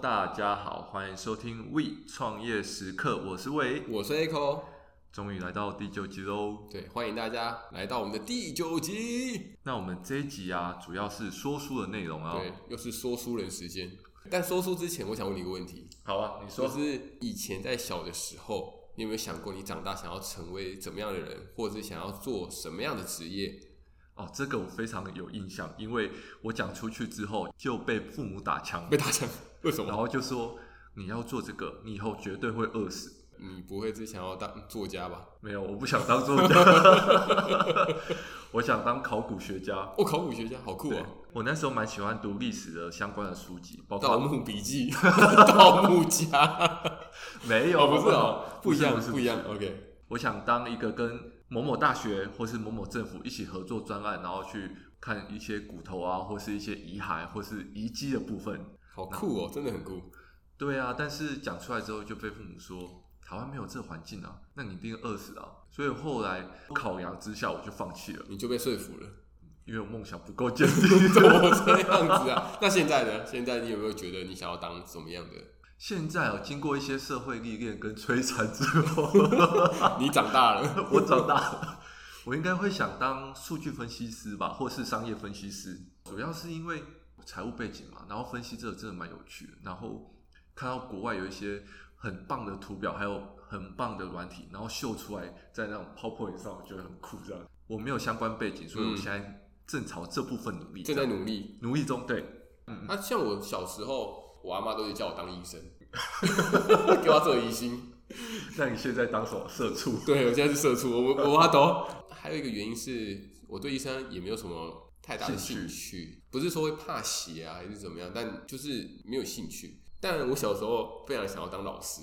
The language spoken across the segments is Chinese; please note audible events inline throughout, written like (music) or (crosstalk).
大家好，欢迎收听 We 创业时刻，我是魏。我是 Echo，终于来到第九集喽。对，欢迎大家来到我们的第九集。那我们这一集啊，主要是说书的内容啊。对，又是说书人时间。但说书之前，我想问你一个问题，好啊，你说就。是以前在小的时候，你有没有想过你长大想要成为怎么样的人，或者是想要做什么样的职业？哦，这个我非常有印象，因为我讲出去之后就被父母打枪被，打枪？ (laughs) 为什然么？后就说你要做这个，你以后绝对会饿死。你不会是想要当作家吧？没有，我不想 (laughs) 当作 (laughs) 家，我想当考古学家。哦，考古学家好酷对啊！，我那时候蛮喜欢读历史的相关的书籍，包《盗括墓 (laughs) 笔记》《盗墓家没》有，哦，不是哦，不一样啊不，是不一样。OK，我想当一个跟某某大学或是某某政府一起合作专案，然后去看一些骨头啊，或是一些遗骸或是遗迹的部分。好酷哦，真的很酷。对啊，但是讲出来之后就被父母说台湾没有这个环境啊，那你一定饿死啊。所以后来考量之下，我就放弃了，你就被说服了。因为我梦想不够坚定。 (laughs) (laughs) 怎么这样子啊？那现在呢？现在你有没有觉得你想要当什么样的？现在啊，经过一些社会历练跟摧残之后，你长大了， (laughs) 我长大了，我应该会想当数据分析师吧，或是商业分析师。主要是因为财务背景嘛，然后分析这个真的蛮有趣的。然后看到国外有一些很棒的图表，还有很棒的软体，然后秀出来在那种 PowerPoint 上，我觉得很酷。这样，我没有相关背景，所以我嗯现在正朝这部分努力，正这在样努力。努力中。对， (laughs) 那、像我小时候，我阿妈都是叫我当医生， (laughs) 给我做疑心。那你现在当什么社畜？ (laughs) 对我现在是社畜，我我我阿斗。还有一个原因是我对医生也没有什么太大的兴趣兴趣，不是说会怕血啊还是怎么样，但就是没有兴趣。但我小时候非常想要当老师，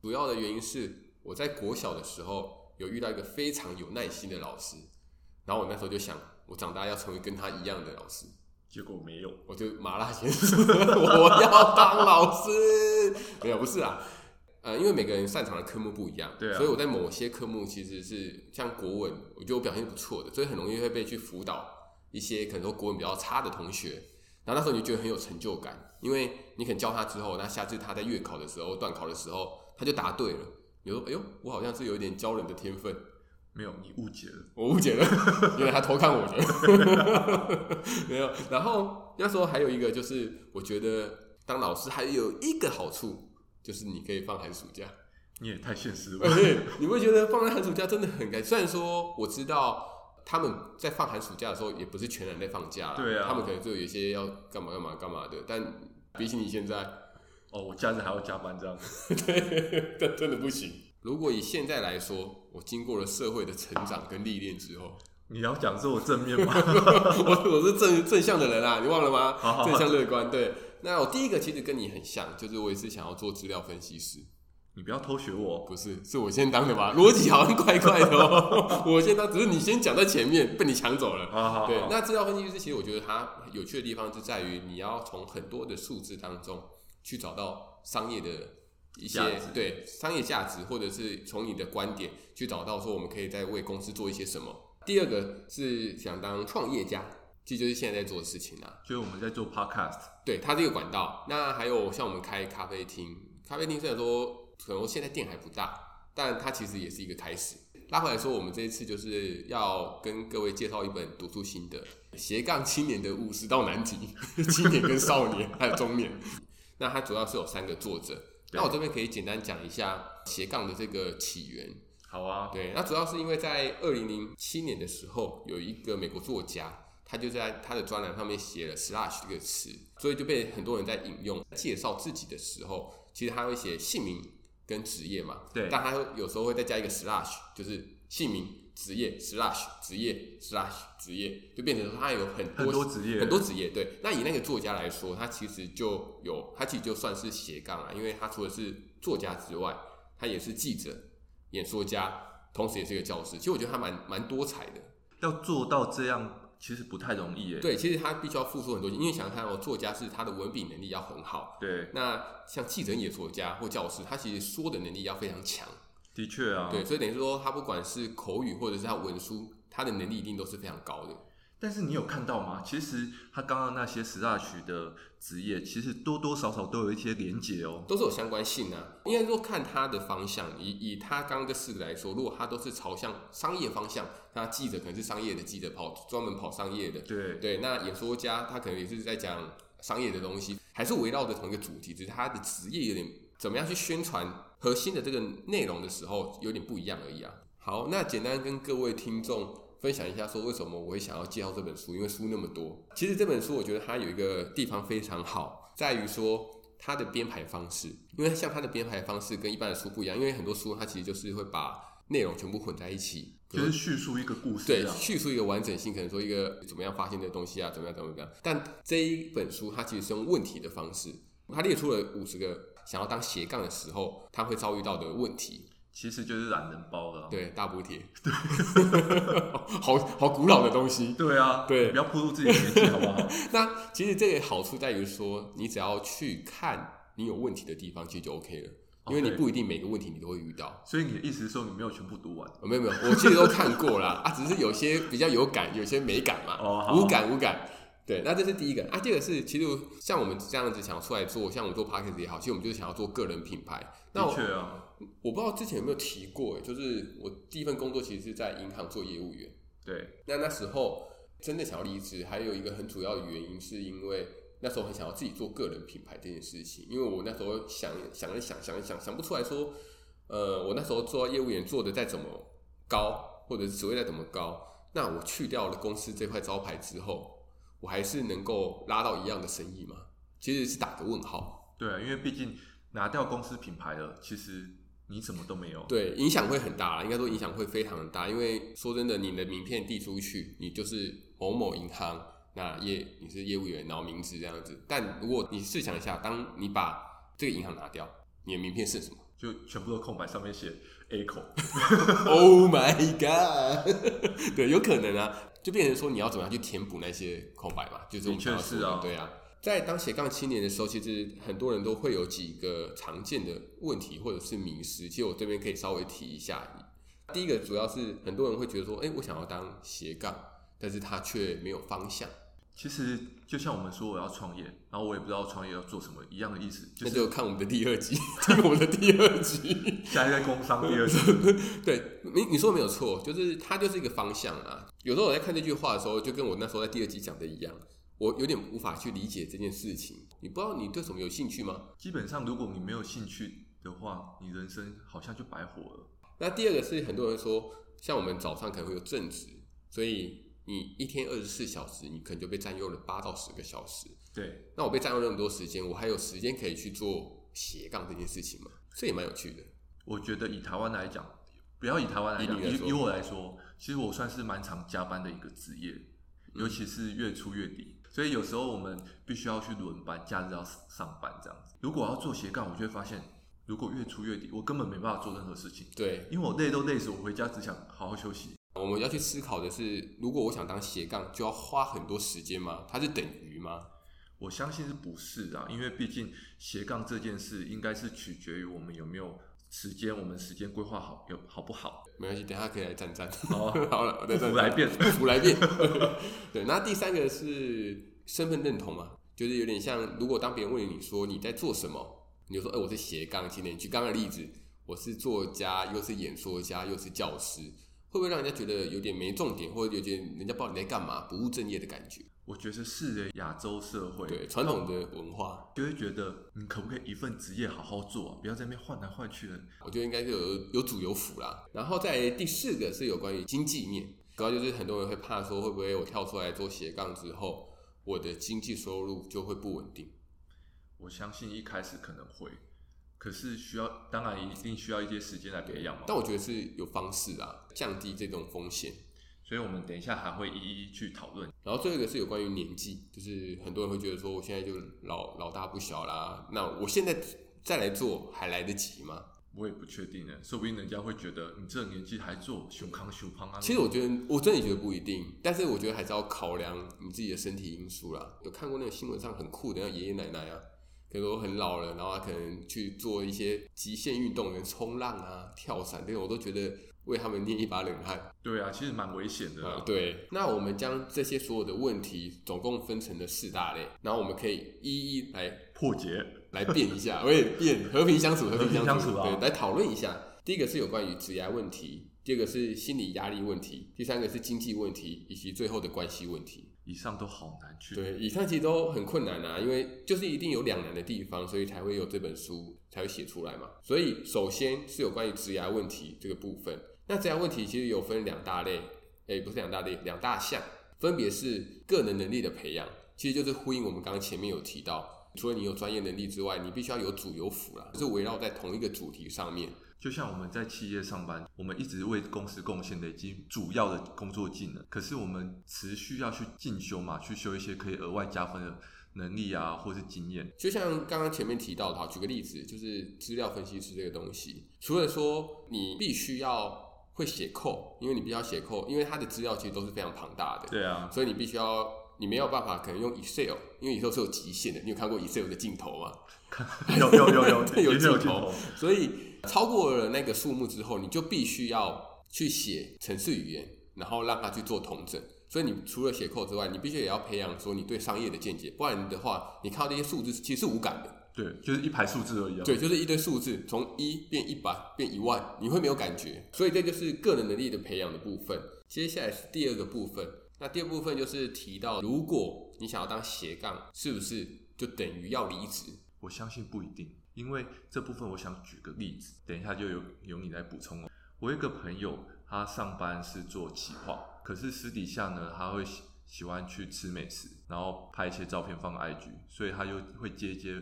主要的原因是我在国小的时候有遇到一个非常有耐心的老师，然后我那时候就想，我长大要成为跟他一样的老师，结果没有。我就麻辣先生， (laughs) 我要当老师。没有，不是啊，呃，因为每个人擅长的科目不一样，对啊所以我在某些科目其实是像国文，我觉得我表现不错的，所以很容易会被去辅导一些可能说国文比较差的同学。然后那时候你就觉得很有成就感，因为你可能教他之后，那下次他在月考的时候、段考的时候，他就答对了。你就说：“哎呦，我好像是有一点教人的天分。”没有，你误解了。我误解了， (laughs) 原来他偷看我的， (laughs) 没有。然后那时候还有一个就是，我觉得当老师还有一个好处，就是你可以放寒暑假。 (laughs) 你也太现实了吧。对，你不会觉得放寒暑假真的很开心？虽然说我知道他们在放寒暑假的时候，也不是全然在放假啦对啊他们可能就有一些要干嘛干嘛干嘛的，但比起你现在， (laughs) 哦，我假日还要加班这样。对，真真的不行。如果以现在来说，我经过了社会的成长跟历练之后，你要讲这种正面吗？ (laughs) 我我是正正向的人啊，你忘了吗？好好好正向乐观。对，那我第一个其实跟你很像，就是我也是想要做资料分析师，你不要偷学我。不是，是我先当的吧？逻辑好像怪怪的哦、 (laughs) 我先当，只是你先讲在前面，被你抢走了。好好对好，那资料分析师其实我觉得它有趣的地方就在于你要从很多的数字当中去找到商业的一价些值对商业价值，或者是从你的观点去找到说我们可以在为公司做一些什么。第二个是想当创业家，其实就是现在在做的事情啊。就是我们在做 podcast，对，它这个管道。那还有像我们开咖啡厅，咖啡厅虽然说可能现在店还不大，但它其实也是一个开始。拉回来说，我们这一次就是要跟各位介绍一本读书心得，《斜杠青年的五十道难题》， (laughs) 青年跟少年还有中年。那它主要是有三个作者。那我这边可以简单讲一下斜杠的这个起源。好啊，对，那主要是因为在二零零七年的时候，有一个美国作家，他就在他的专栏上面写了 “slash” 这个词，所以就被很多人在引用。介绍自己的时候，其实他会写姓名跟职业嘛，对但他有时候会再加一个 “slash”，就是姓名、职业 “slash”、职业 “slash”、职业，就变成说他有很多很多职业，很多职业。对，那以那个作家来说，他其实就有，他其实就算是斜杠啊，因为他除了是作家之外，他也是记者、演说家，同时也是一个教师。其实我觉得他蛮蛮多彩的。要做到这样其实不太容易耶。对，其实他必须要付出很多，因为想想看哦，作家是他的文笔能力要很好，对，那像记者、演说家或教师，他其实说的能力要非常强。的确啊，对，所以等于说他不管是口语或者是他文书，他的能力一定都是非常高的。但是你有看到吗？其实他刚刚那些十大曲的职业，其实多多少少都有一些连结哦。都是有相关性啊。应该说看它的方向，以以它刚刚这四个来说，如果它都是朝向商业方向，那记者可能是商业的记者跑专门跑商业的，对，对，那演说家他可能也是在讲商业的东西，还是围绕着同一个主题，只是他的职业有点怎么样去宣传核心的这个内容的时候有点不一样而已啊。好，那简单跟各位听众分享一下，说为什么我会想要介绍这本书，因为书那么多。其实这本书我觉得它有一个地方非常好，在于说它的编排方式，因为像它的编排方式跟一般的书不一样，因为很多书它其实就是会把内容全部混在一起，比就如是叙述一个故事这对，样。叙述一个完整性，可能说一个怎么样发现的东西啊，怎么样怎么样。但这一本书它其实是用问题的方式，它列出了五十个想要当斜杠的时候他会遭遇到的问题。其实就是懒人包了。对，大 (laughs) 补贴， (laughs) 好好古老的东西。对啊，对不要暴露自己的年纪好不 (laughs) 好？那其实这个好处在于说，你只要去看你有问题的地方，其实就 OK 了，因为你 OK 不一定每个问题你都会遇到。所以你的意思是说你没有全部读完？哦没有没有，我其实都看过啦，啊，只是有些比较有感，有些没感嘛，哦好无感无感。对，那这是第一个啊。第二个是，其实像我们这样子想要出来做，像我们做 p a c k a g e 也好，其实我们就是想要做个人品牌。那的我确啊，我不知道之前有没有提过，欸就是我第一份工作其实是在银行做业务员。对，那那时候真的想要离职，还有一个很主要的原因，是因为那时候很想要自己做个人品牌这件事情。因为我那时候想想一想想一想，想不出来说，呃，我那时候做业务员做的再怎么高，或者职位再怎么高，那我去掉了公司这块招牌之后，我还是能够拉到一样的生意吗？其实是打个问号。对啊，因为毕竟拿掉公司品牌了，其实你什么都没有。对，影响会很大啦，应该说影响会非常的大。因为说真的，你的名片递出去，你就是某某银行，那业你是业务员，然后名字这样子。但如果你试想一下，当你把这个银行拿掉，你的名片是什么就全部都空白，上面写 A 口。 ？Oh my god！对， (laughs) 有可能啊，就变成说你要怎么样去填补那些空白嘛，就是我们的确刚刚说是的啊对啊。在当斜杠青年的时候，其实很多人都会有几个常见的问题或者是迷失。其实我这边可以稍微提一下，第一个主要是很多人会觉得说，哎、我想要当斜杠，但是他却没有方向，其实就像我们说我要创业，然后我也不知道创业要做什么一样的意思，就那是就看我们的第二集， (laughs) 听我们的第二集。下一个工商第二季。 (laughs) 对，你你说的没有错，就是它就是一个方向啊。有时候我在看这句话的时候，就跟我那时候在第二集讲的一样，我有点无法去理解这件事情。你不知道你对什么有兴趣吗？基本上，如果你没有兴趣的话，你人生好像就白活了。那第二个是很多人说，像我们早上可能会有正职，所以你一天二十四小时，你可能就被占用了八到十个小时。对，那我被占用那么多时间，我还有时间可以去做斜杠这件事情吗？这也蛮有趣的。我觉得以台湾来讲，不要以台湾来讲，以你来以说以我来说，其实我算是蛮常加班的一个职业，嗯尤其是月初月底。所以有时候我们必须要去轮班，假日要上班这样子。如果我要做斜杠，我就会发现，如果月初月底，我根本没办法做任何事情，对，因为我累都累死，我回家只想好好休息。我们要去思考的是，如果我想当斜杠，就要花很多时间吗？它是等于吗？我相信是不是啊？因为毕竟斜杠这件事，应该是取决于我们有没有时间，我们时间规划好有好不好。没关系，等一下可以来站站。好啊 (laughs) (laughs) 好了，我再站不服来站辩不服来辩。 (laughs) 对，那第三个是身份认同嘛，就是有点像，如果当别人问你说你在做什么，你就说，哎、我是斜杠青年。举刚刚的例子，我是作家，又是演说家，又是教师，会不会让人家觉得有点没重点，或者有点人家不知道你在干嘛，不务正业的感觉？我觉得是诶，亚洲社会对，传统的文化，就会觉得你可不可以一份职业好好做、啊，不要在那边换来换去的。我觉得应该是有有主有辅啦。然后在第四个是有关于经济面，主要就是很多人会怕说，会不会我跳出来做斜杠之后，我的经济收入就会不稳定。我相信一开始可能会，可是需要，当然一定需要一些时间来培养嘛但。我觉得是有方式啊，降低这种风险。所以我们等一下还会一一去讨论。然后最后一个是有关于年纪，就是很多人会觉得说，我现在就老老大不小啦，那我现在再来做还来得及吗？我也不确定呢，说不定人家会觉得你这个年纪还做熊康熊康啊。其实我觉得，我真的觉得不一定，但是我觉得还是要考量你自己的身体因素啦。有看过那个新闻上很酷的那爷爷奶奶啊，可能我很老了，然后他可能去做一些极限运动，人冲浪啊、跳伞这种，我都觉得为他们捏一把冷汗。对啊，其实蛮危险的啊啦，。对。那我们将这些所有的问题总共分成了四大类，然后我们可以一一来破解，来辩一下，我 (laughs) 也辩和平相处，和平和平相处，处啊对，来讨论一下。第一个是有关于职业问题，第二个是心理压力问题，第三个是经济问题，以及最后的关系问题。以上都好难去。对，以上其实都很困难啊，因为就是一定有两难的地方，所以才会有这本书才会写出来嘛。所以首先是有关于职涯问题这个部分。那职涯问题其实有分两大类，诶，不是两大类，两大项，分别是个人能力的培养，其实就是呼应我们刚刚前面有提到，除了你有专业能力之外，你必须要有主有辅啦，就是围绕在同一个主题上面。就像我们在企业上班，我们一直为公司贡献累积主要的工作技能，可是我们持续要去进修嘛，去修一些可以额外加分的能力啊，或是经验。就像刚刚前面提到的哈，举个例子，就是资料分析师这个东西，除了说你必须要会写扣，因为你必须要写扣，因为它的资料其实都是非常庞大的，对啊，所以你必须要，你没有办法可能用 Excel，因为 Excel 是有极限的，你有看过 Excel 的镜头吗？有有有有 (laughs) 有也是有镜镜头头，所以超过了那个数目之后，你就必须要去写程式语言，然后让它去做统整。所以你除了写扣之外，你必须也要培养说你对商业的见解，不然的话，你看到这些数字其实是无感的。对，就是一排数字而已啊。对，就是一堆数字，从一变一百，变一万，你会没有感觉。所以这就是个人能力的培养的部分。接下来是第二个部分，那第二部分就是提到，如果你想要当斜杠，是不是就等于要离职？我相信不一定，因为这部分我想举个例子，等一下就由由你来补充哦。我有一个朋友，他上班是做企划，可是私底下呢，他会喜喜欢去吃美食，然后拍一些照片放 IG，所以他就会接一接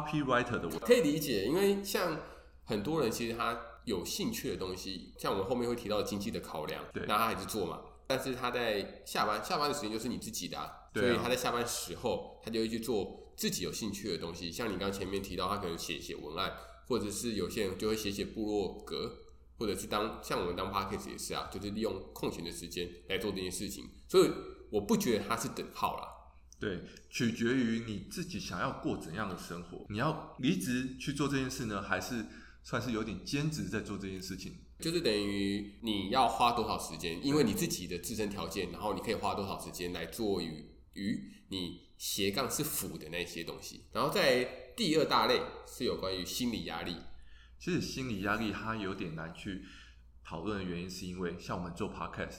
copywriter 的文。可以理解，因为像很多人其实他有兴趣的东西，像我们后面会提到经济的考量，对那他还是做嘛。但是他在下班，下班的时间就是你自己的、啊，所对啊以他在下班时候，他就会去做自己有兴趣的东西。像你刚前面提到，他可能写写文案，或者是有些人就会写写部落格，或者是当像我们当 p a c k a g e 也是啊，就是利用空闲的时间来做这件事情。所以我不觉得他是等号啦，对，取决于你自己想要过怎样的生活。你要离职去做这件事呢，还是算是有点兼职在做这件事情？就是等于你要花多少时间，因为你自己的自身条件，然后你可以花多少时间来做与与你斜杠是辅的那些东西。然后在第二大类是有关于心理压力，其实心理压力它有点难去讨论的原因，是因为像我们做 podcast，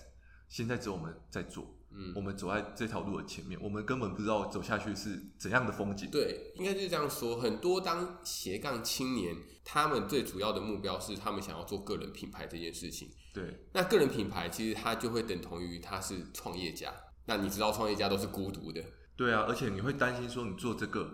现在只有我们在做，嗯我，们走在这条路的前面，我们根本不知道走下去是怎样的风景。对，应该就是这样说。很多当斜杠青年，他们最主要的目标是他们想要做个人品牌这件事情。对那个人品牌其实它就会等同于他是创业家。那你知道创业家都是孤独的，对啊，而且你会担心说你做这个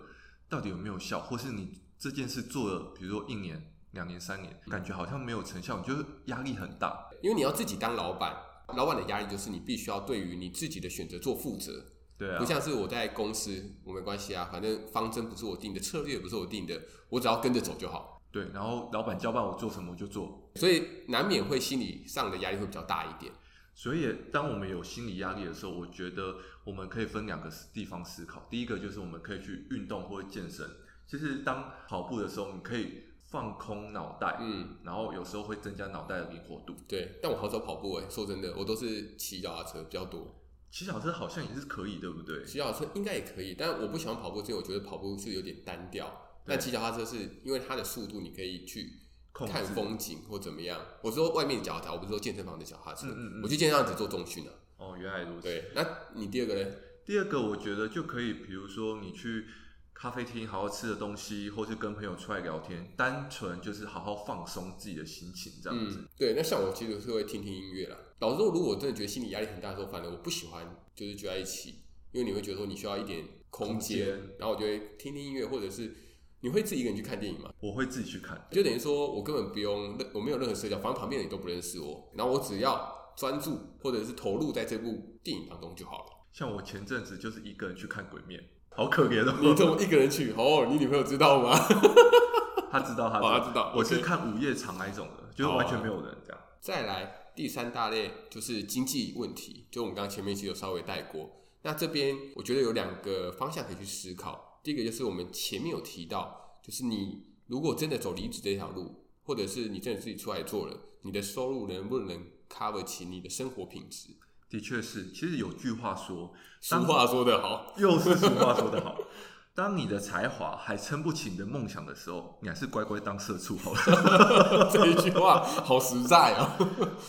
到底有没有效，或是你这件事做了，比如说一年、两年、三年，嗯感觉好像没有成效，你就压力很大。因为你要自己当老板，老板的压力就是你必须要对于你自己的选择做负责，对啊不，像是我在公司，我没关系啊，反正方针不是我定的，策略不是我定的，我只要跟着走就好。对，然后老板交办我做什么我就做。所以难免会心理上的压力会比较大一点。所以，当我们有心理压力的时候，我觉得我们可以分两个地方思考。第一个就是我们可以去运动或者健身。其实，当跑步的时候，你可以放空脑袋，嗯，然后有时候会增加脑袋的灵活度。对。但我好少跑步诶、说真的，我都是骑脚踏车比较多。骑脚车好像也是可以，对不对？骑脚踏车应该也可以，但我不喜欢跑步，是因为我觉得跑步是有点单调。对但骑脚踏车是因为它的速度，你可以去控制看风景或怎么样。我说外面的脚踏车，我不是说健身房的脚踏车，嗯嗯嗯我去健身房只做中训啊。哦，原来如此。对，那你第二个呢？第二个，我觉得就可以，比如说你去咖啡厅好好吃的东西，或是跟朋友出来聊天，单纯就是好好放松自己的心情，这样子。嗯，对，那像我其实是会听听音乐啦。老实说，如果我真的觉得心理压力很大的时候，反正我不喜欢就是聚在一起，因为你会觉得说你需要一点空空间间，然后我就会听听音乐，或者是你会自己一个人去看电影吗？我会自己去看。就等于说我根本不用任，我没有任何社交，反正旁边的人都不认识我，然后我只要专注或者是投入在这部电影当中就好了。 (laughs) 像我前阵子就是一个人去看《鬼面》，好可怜你哦。怎么一个人去？哦，你女朋友知道 (laughs) 吗？他知 (laughs) 道，他知哦道，他知道我 OK 是看午夜场那一种的，就是完全哦没有人这样。再来第三大类就是经济问题，就我们刚刚前面其实有稍微带过。那这边我觉得有两个方向可以去思考。第一个就是我们前面有提到，就是你如果真的走离职这条路，或者是你真的自己出来做了，你的收入能不能 cover 起你的生活品质？的确是，其实有句话说，俗当话说得好， (laughs) 又是俗话说得好，当你的才华还撑不起你的梦想的时候，你还是乖乖当社畜好了。 (laughs) 这一句话好实在啊。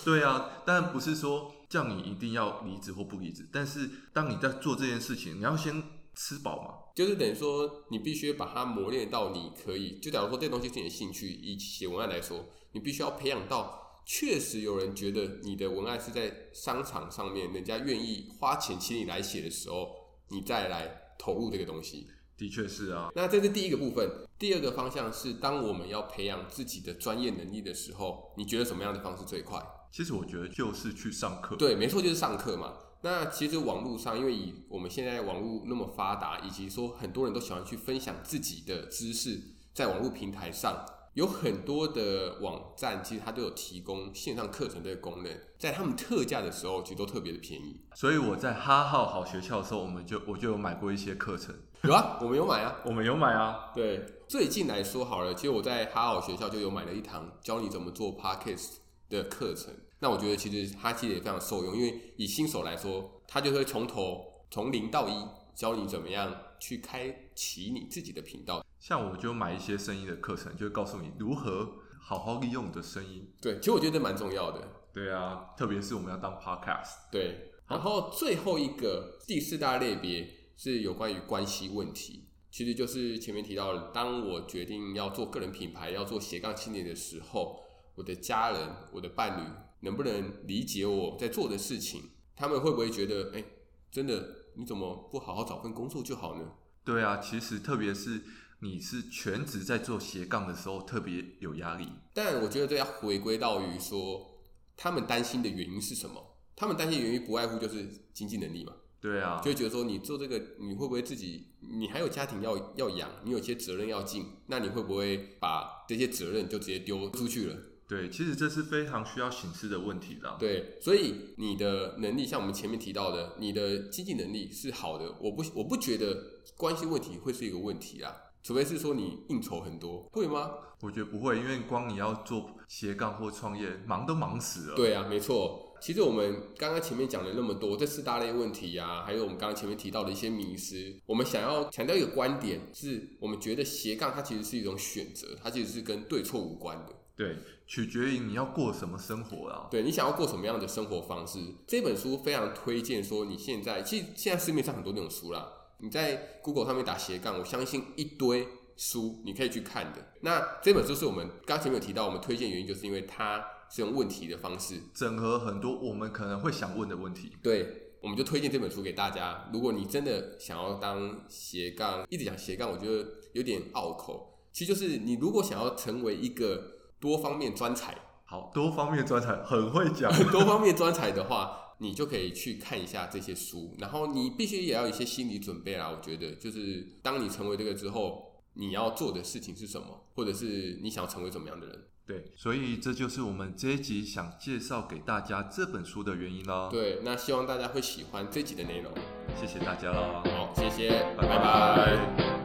对啊，当然不是说叫你一定要离职或不离职，但是当你在做这件事情，你要先吃饱嘛。就是等于说，你必须把它磨练到你可以，就假如说这东西是你的兴趣，以写文案来说，你必须要培养到确实有人觉得你的文案是在商场上面，人家愿意花钱请你来写的时候，你再来投入这个东西。的确是啊，那这是第一个部分，第二个方向是，当我们要培养自己的专业能力的时候，你觉得什么样的方式最快？其实我觉得就是去上课。对，没错，就是上课嘛。那其实网络上，因为以我们现在网络那么发达，以及说很多人都喜欢去分享自己的知识，在网络平台上有很多的网站，其实它都有提供线上课程这个功能，在他们特价的时候，其实都特别的便宜。所以我在哈号好学校的时候，我们就我就有买过一些课程，有啊，我们有买啊。我们有买啊。对，最近来说好了，其实我在哈好学校就有买了一堂教你怎么做 podcast 的课程。那我觉得其实它其实也非常受用，因为以新手来说，它就会从头从零到一教你怎么样去开启你自己的频道。像我就买一些声音的课程，就会告诉你如何好好利用你的声音。对，其实我觉得蛮重要的。对啊，特别是我们要当 podcast，对，然后最后一个第四大类别是有关于关系问题，其实就是前面提到的，当我决定要做个人品牌，要做斜杠青年的时候，我的家人、我的伴侣能不能理解我在做的事情？他们会不会觉得，哎，真的你怎么不好好找份工作就好呢？对啊，其实特别是你是全职在做斜杠的时候，特别有压力。但我觉得这要回归到于说，他们担心的原因是什么？他们担心的原因不外乎就是经济能力嘛。对啊，就会觉得说你做这个，你会不会自己，你还有家庭要要养，你有些责任要尽，那你会不会把这些责任就直接丢出去了？对，其实这是非常需要醒思的问题啦。对，所以你的能力，像我们前面提到的，你的经济能力是好的，我不我不觉得关系问题会是一个问题啊，除非是说你应酬很多，会吗？我觉得不会，因为光你要做斜杠或创业，忙都忙死了。对啊，没错。其实我们刚刚前面讲了那么多这四大类问题啊，还有我们刚刚前面提到的一些迷失，我们想要强调一个观点，是我们觉得斜杠它其实是一种选择，它其实是跟对错无关的。对，取决于你要过什么生活啦。对你想要过什么样的生活方式，这本书非常推荐。说你现在其实现在市面上很多那种书啦，你在 Google 上面打斜杠，我相信一堆书你可以去看的。那这本书是我们刚前面有提到，我们推荐原因就是因为它是用问题的方式整合很多我们可能会想问的问题。对，我们就推荐这本书给大家。如果你真的想要当斜杠，一直讲斜杠，我觉得有点拗口。其实就是你如果想要成为一个多方面专才、好多方面专才，很会讲。多方面专才的话，你就可以去看一下这些书。然后你必须也要有一些心理准备啦。我觉得，就是当你成为这个之后，你要做的事情是什么，或者是你想要成为怎么样的人。对，所以这就是我们这一集想介绍给大家这本书的原因啦。，对，那希望大家会喜欢这集的内容。谢谢大家啦，好，谢谢，拜拜拜拜